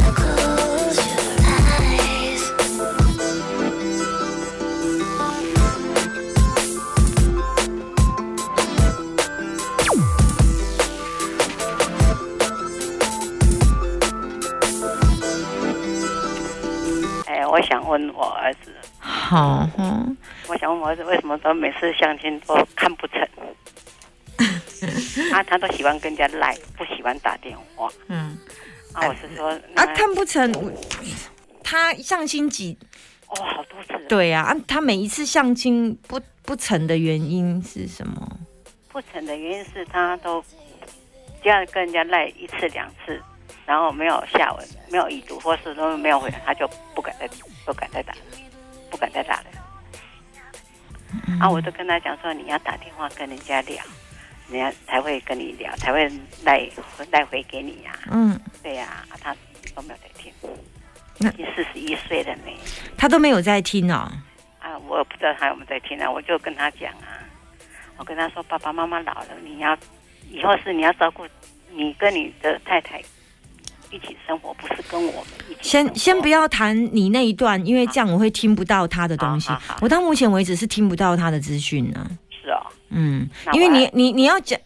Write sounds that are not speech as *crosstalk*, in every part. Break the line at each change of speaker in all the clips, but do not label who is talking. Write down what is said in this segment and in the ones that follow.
Close your eyes.
哎，我想问我儿子，
好哦哈，
我想问我儿子为什么都每次相亲都看不成？啊，他都喜欢跟人家赖，不喜欢打电话。
嗯
啊，我是说，
啊
那，
看不成，我他相亲几
哦，好多次了
对呀、啊，他每一次相亲不不成的原因是什么？
不成的原因是他都这样跟人家赖一次两次，然后没有下文，没有已读，或是说没有回来，他就不敢再不敢再打，不敢再打了。啊，我都跟他讲说，你要打电话跟人家聊，人家才会跟你聊，才会赖赖回给你呀、
嗯，
对呀、啊，他都没有在听，
那
已经四十一岁了呢。
他都没有在听哦。
啊，我也不知道他有没有在听啊，我就跟他讲啊，我跟他说爸爸妈妈老了，你要以后是你要照顾你跟你的太太一起生活，不是跟我们一起
先先不
要
要谈你那一段，因为这样我会听不到他的东西
好好好。
我到目前为止是听不到他的资讯呢、
是哦，
嗯，
那
因为
我
你你你要讲，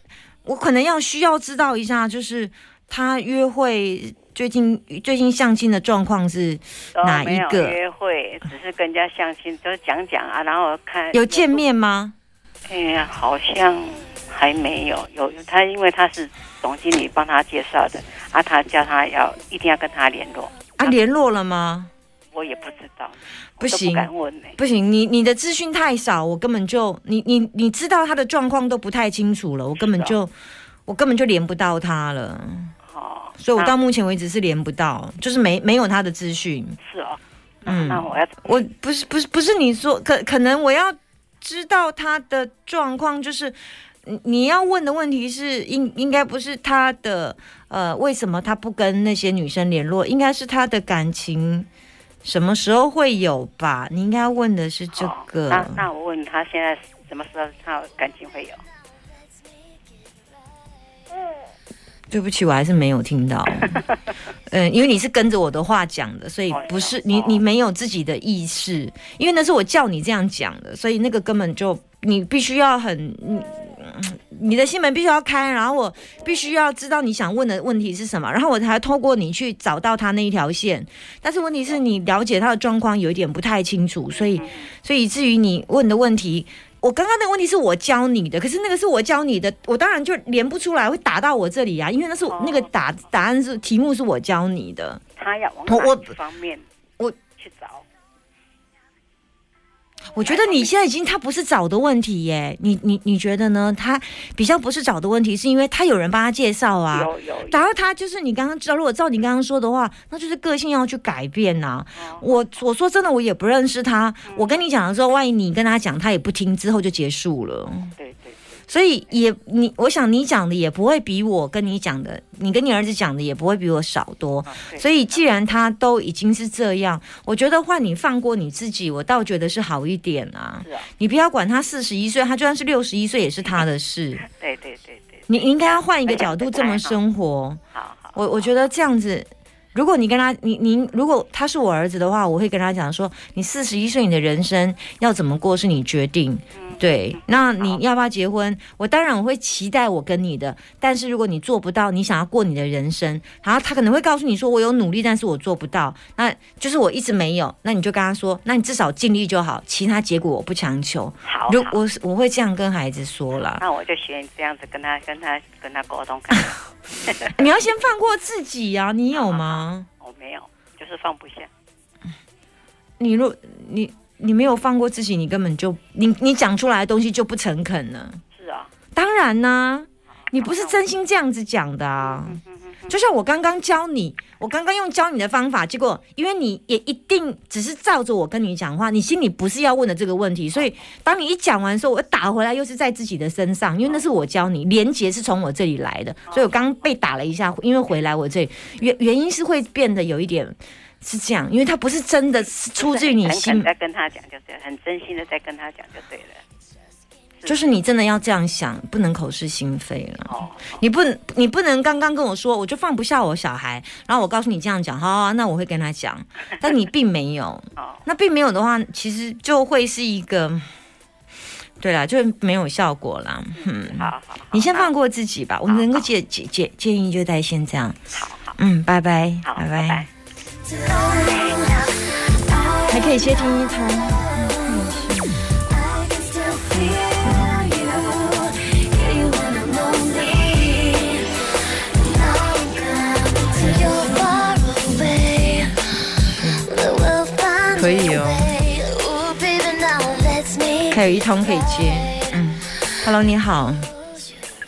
我可能要需要知道一下，就是他约会最近最近相亲的状况是
都
哪
哦没
一
有
个？
约会，只是跟人家相亲，就是讲讲啊，然后看
有见，面吗？
哎呀，好像还没有，有他因为他是总经理帮他介绍的啊，他叫他要一定要跟他联络，
啊，联络了吗？
我也不知道，
不
我都
行
不敢问呢、
不行，你你的资讯太少，我根本就你你你知道他的状况都不太清楚了，我根本就我根本就连不到他了，
哦，
所以我
那
到目前为止是连不到，就是没没有他的资讯。
是哦，嗯，
嗯
那我要怎么
我不是不是不是你说可可能我要知道他的状况，就是你你要问的问题是应应该不是他的呃为什么他不跟那些女生联络，应该是他的感情什么时候会有吧？你应该问的是这
好
个。
哦那那我问他现在什么时候他感情会有？
对不起，我还是没有
*laughs*
听到。嗯，因为你是跟着我的话讲的，所以不是你
哦
你没有自己的意识，因为那是我叫你这样讲的，所以那个根本就你必须要很你嗯你的心门必须要开，然后我必须要知道你想问的问题是什么，然后我才透过你去找到他那一条线。但是问题是你了解他的状况有一点不太清楚，所以所以以至于你问的问题我刚刚那个问题是我教你的，可是那个是我教你的，我当然就连不出来，会打到我这里啊，因为那是我、
哦
那个答答案是题目是我教你的，
他要往
我我
哪一方面
我
去找？
我觉得你现在已经他不是找的问题耶，你你你觉得呢？他比较不是找的问题，是因为他有人帮他介绍啊。
有有有
然后他就是你刚刚知道，如果照你刚刚说的话，那就是个性要去改变呐、
哦
我我说真的，我也不认识他。
嗯
我跟你讲的时候，万一你跟他讲，他也不听，之后就结束了。
对对
所以也你，我想你讲的也不会比我跟你讲的，你跟你儿子讲的也不会比我少多。
啊，对
所以既然他都已经是这样，我觉得换你放过你自己，我倒觉得是好一点啊。
是啊，
你不要管他四十一岁，他就算是六十一岁也是他的事。
对对对对，
你你应该要换一个角度这么生活。
好好。
我我觉得这样子，如果你跟他，你你如果他是我儿子的话，我会跟他讲说，你四十一岁，你的人生要怎么过是你决定。
嗯
对，那你要不要结婚？我当然我会期待我跟你的，但是如果你做不到，你想要过你的人生，然后他可能会告诉你说我有努力，但是我做不到，那就是我一直没有，那你就跟他说，那你至少尽力就好，其他结果我不强求。
好，
如
好
我是我会这样跟孩子说啦，
那我就学你这样子跟他跟他跟他沟通看看。
*laughs* 你要先放过自己呀、你有吗？
我没有，就是放不下。
你若你你没有放过自己，你根本就你你讲出来的东西就不诚恳了。
是啊，
当然呢、你不是真心这样子讲的啊。就像我刚刚教你，我刚刚用教你的方法，结果因为你也一定只是照着我跟你讲话，你心里不是要问的这个问题，所以当你一讲完的时候，我打回来又是在自己的身上，因为那是我教你，连结是从我这里来的，所以我刚刚被打了一下，因为回来我这里原原因是会变得有一点。是这样，因为它不是真的是出自于你
很
心
肯，在跟他讲就对了，很真心的在跟他讲就对了。
就是你真的要这样想，不能口是心非了。
哦，
你不能，你不能刚刚跟我说，我就放不下我小孩，然后我告诉你这样讲，好、啊，那我会跟他讲，但你并没有，
哦
那并没有的话，其实就会是一个，对啦，就没有效果啦。嗯，
好好好，
你先放过自己吧，我们能够建建建建议就在先这样。
好好
嗯，拜拜，
好，拜拜。
还可以接听一通。
I can still feel you, hear you when I'm lonely. Welcome to your far away. The world finds
可以
a
哦
way. Ooh, baby, now let's make
还有一通可以接。嗯，Hello，你好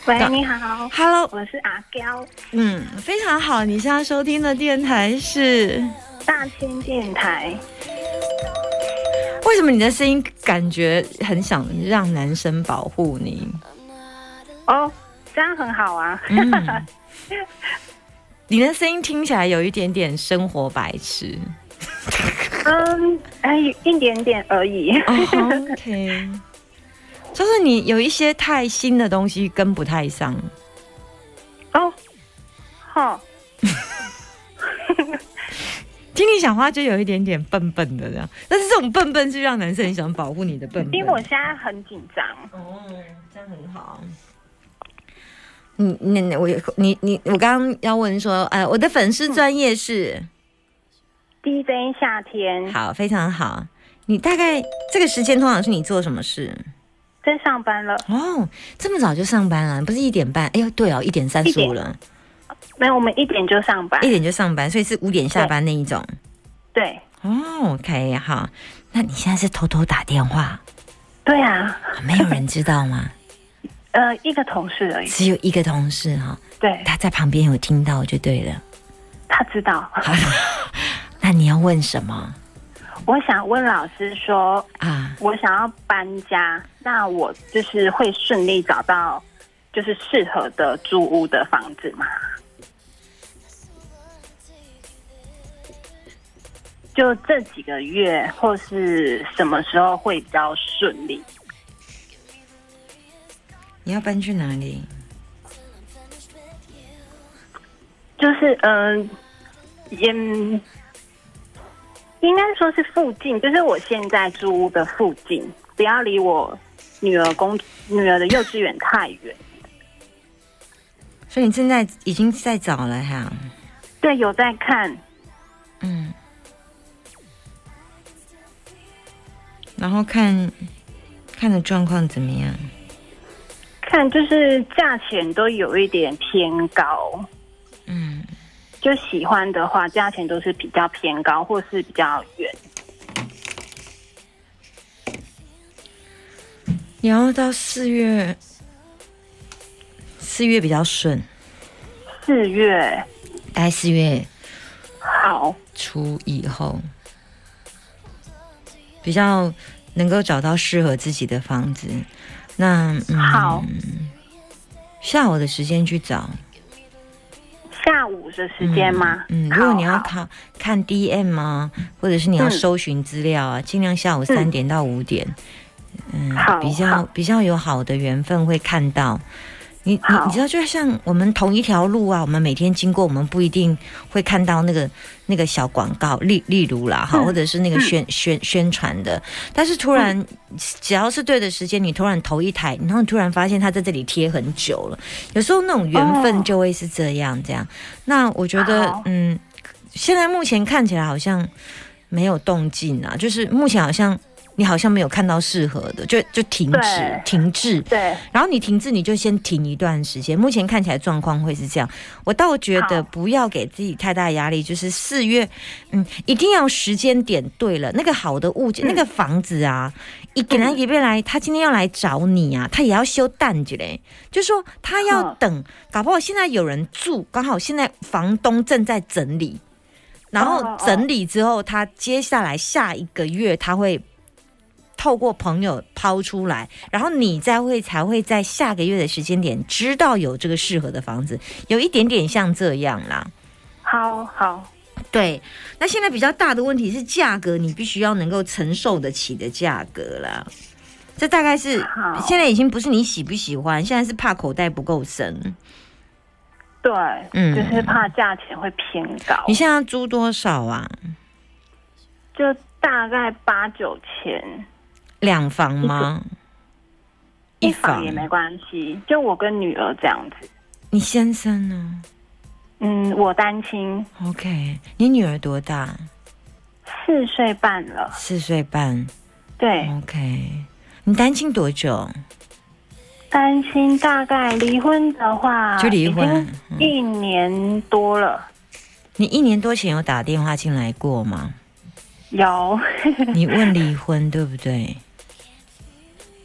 喂，你好，
，Hello，
我是阿娇，
嗯，非常好，你现在收听的电台是？
大千电台。
为什么你的声音感觉很想让男生保护你？
哦，这样很好
*laughs*
啊。
嗯，你的声音听起来有一点点生活白痴。
嗯，哎，一点点而
*laughs*
已。
哦 OK，就是你有一些太新的东西跟不太上。
哦，好，
听你讲话就有一点点笨笨的这样，但是这种笨笨是让男生很想保护你的笨笨。
因为我现在很紧张。
哦，这样很好。你你你我你你我刚刚要问说，呃，我的粉丝专业是、
DJ 夏天
好，非常好。你大概这个时间通常是你做什么事？
在上班了，
哦，这么早就上班了，不是一点半？哎呦，对哦，一点三十五了，
没有，我们一点就上班
一。点就上班，所以是五点下班那一种。
对，
哦，OK，好，那你现在是偷偷打电话，
对啊，
没有人知道吗？
呃，一个同事而已。
只有一个同事哈、
对，
他在旁边有听到就对了。
他知道。
那你要问什么
我想问老师说，
啊？
我想要搬家，那我就是会顺利找到就是适合的租屋的房子吗？就这几个月或是什么时候会比较顺利？
你要搬去哪里？
就是嗯，也嗯应该说是附近，就是我现在租屋的附近，不要离我女儿公女儿的幼稚园太远。
所以你现在已经在找了哈。
对，有在看。
嗯，然后看看的状况怎么样？
看就是价钱都有一点偏高，
嗯，
就喜欢的话，价钱都是比较偏高，或是比较远。
你要到四月，四月比较顺，
四月
大概四月
好，
初以后，比较能够找到适合自己的房子。那、嗯、
好，
下午的时间去找。
下午的时间吗？
嗯，
好
如果你要
好
看看 DM 啊，或者是你要
嗯
搜寻资料啊，尽量下午三点到五点，嗯，
好
比较
好
比较有好的缘分会看到。你你
好
你知道，就像我们同一条路啊，我们每天经过，我们不一定会看到那个那个小广告，例例如啦
嗯
哈，或者是那个宣宣宣传的。但是突然，
嗯
只要是对的时间，你突然投一台，然后你突然发现它在这里贴很久了，有时候那种缘分
哦
就会是这样这样。那我觉得
好，
嗯，现在目前看起来好像没有动静啊，就是目前好像你好像没有看到适合的，就就停止
对
停滞。
对，
然后你停滞，你就先停一段时间。目前看起来状况会是这样，我倒觉得
好
不要给自己太大压力。就是四月，嗯，一定要时间点对了，那个好的物件，
嗯
那个房子啊，一给他一边来，他今天要来找你啊，他也要修淡季嘞，就说他要
好
等，搞不好现在有人住，刚好现在房东正在整理，然后
哦哦
整理之后，他接下来下一个月他会透过朋友抛出来，然后你再会才会在下个月的时间点知道有这个适合的房子，有一点点像这样啦。
好好
对，那现在比较大的问题是价格，你必须要能够承受得起的价格啦。这大概是
好
现在已经不是你喜不喜欢，现在是怕口袋不够深。
对，
嗯
就是怕价钱会偏高，
你现在租多少啊？
就大概八九千，
两房吗？
一房也没关系，就我跟女儿这样子。
你先生呢
嗯，我单亲，
？OK，你女儿多大？
四岁半了，
四岁半。
对，
OK，你单亲多久？
啊单亲大概离婚的话，
就离婚
已经一年多了，
你一年多前有打电话进来过吗？
*laughs* 有， *laughs*
你问离婚对不对？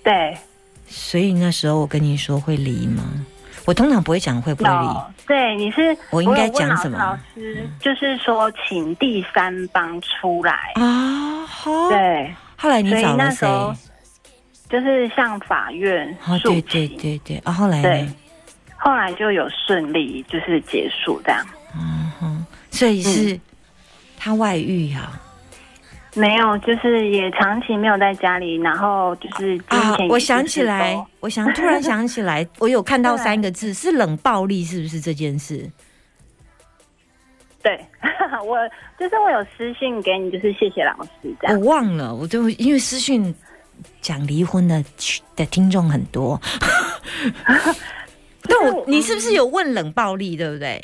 对，
所以那时候我跟你说会离吗？我通常不会讲会不会离，
有，对，你是
我应该讲什么
我有问老师老师就是说，请第三方出来，
啊。好，
对，
后来你
所以
找
那
了
时
谁？
候
哦，
就是向法院诉
对对
请，
对对，啊，后来
对
呢？
后来就有顺利，就是结束这样。
所以是
嗯
他外遇啊
没有，就是也长期没有在家里，然后就是之前
啊
也是、！
我想起来，我想突然想起来，我有看到
*laughs* 对
三个字是冷暴力，是不是这件事？
对， *laughs* 我就是我有私信给你，就是谢谢老师这
我
样。
忘了，我就因为私讯讲离婚的的听众很多， *laughs* 但我你啊是不是有问冷暴力，对不对？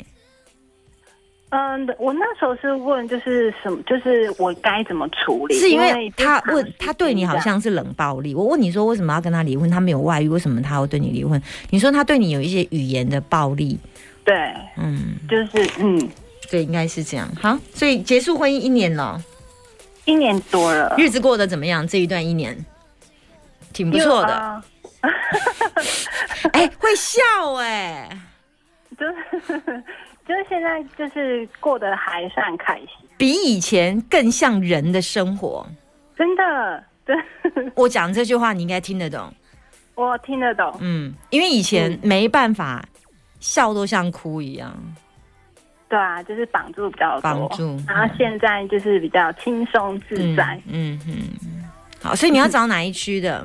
嗯，我那时候是问，就是什么，就是我该怎么处理？
是因为
为
他
就长
问
期
他对你好像是冷暴力。我问你说为什么要跟他离婚？他没有外遇，为什么他要对你离婚？你说他对你有一些语言的暴力，
这
嗯，
样对，就是嗯，
对，应该是这样。好，所以结束婚姻一年了，
一年多了，
日子过得怎么样？这一段一年挺嗯不错的，
的，
哎、会笑哎、
嗯就是。 *laughs* 就是现在，就是过得还算开心，
比以前更像人的生活。
真的，对， *laughs*
我讲这句话你应该听得懂，
我听得懂。
嗯，因为以前没办法笑都像哭一样，
对啊，就是绑住比较多，
绑住
然后现在就是比较轻松自
嗯
在，
嗯嗯嗯好，所以你要找哪一区的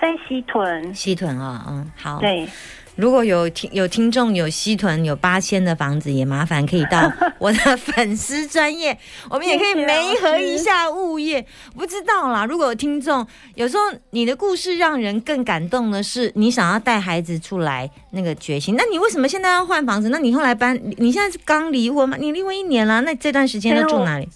在西屯。
西屯啊？嗯，好。
对，
如果有听有听众有西屯有八千的房子，也麻烦可以到我的粉丝专业，我们也可以媒合一下物业。不知道啦，如果有听众，有时候你的故事让人更感动的是，你想要带孩子出来那个决心。那你为什么现在要换房子？那你后来搬，你你现在是刚离婚吗？你离婚一年啦，那这段时间都住哪里？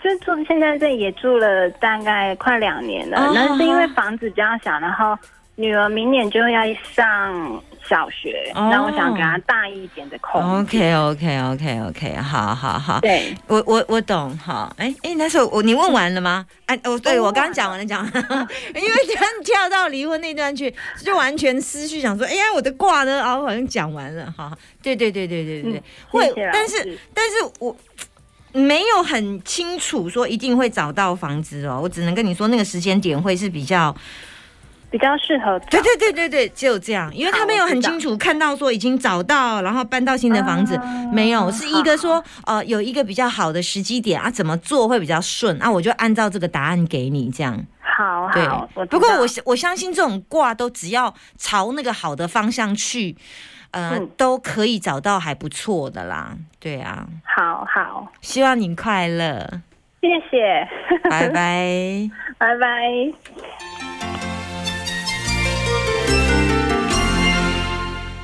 就住现在这里也住了大概快两年了
哦，
那、是因为房子比较小，然后女儿明年就要上小学，
哦
那、我想给她大一点的空间。
OK OK OK OK，好好好，
对，
我我我懂哈，哎哎，那时候我你问完了吗？哎、哦，对
我问完了
我刚讲完了讲完了， *laughs* 因为突然跳到离婚那段去，就完全失去想说，哎呀，我的卦呢？啊，我好像讲完了哈。对对对对对对对，会
嗯谢谢老师
但是但是我没有很清楚说一定会找到房子哦，我只能跟你说那个时间点会是比较，
比较适合。
对，对对对对，只有这样，因为他
好
没有
我知
很
道
清楚看到说已经找到，然后搬到新的房子，
啊
没有是一个说呃有一个比较好的时机点啊，怎么做会比较顺啊，我就按照这个答案给你这样。
好
对
好，我，知
不过
道
我我相信这种卦都只要朝那个好的方向去，呃，
嗯
都可以找到还不错的啦。对啊，
好好，
希望你快乐，
谢谢， *laughs*
拜拜。
拜拜。
I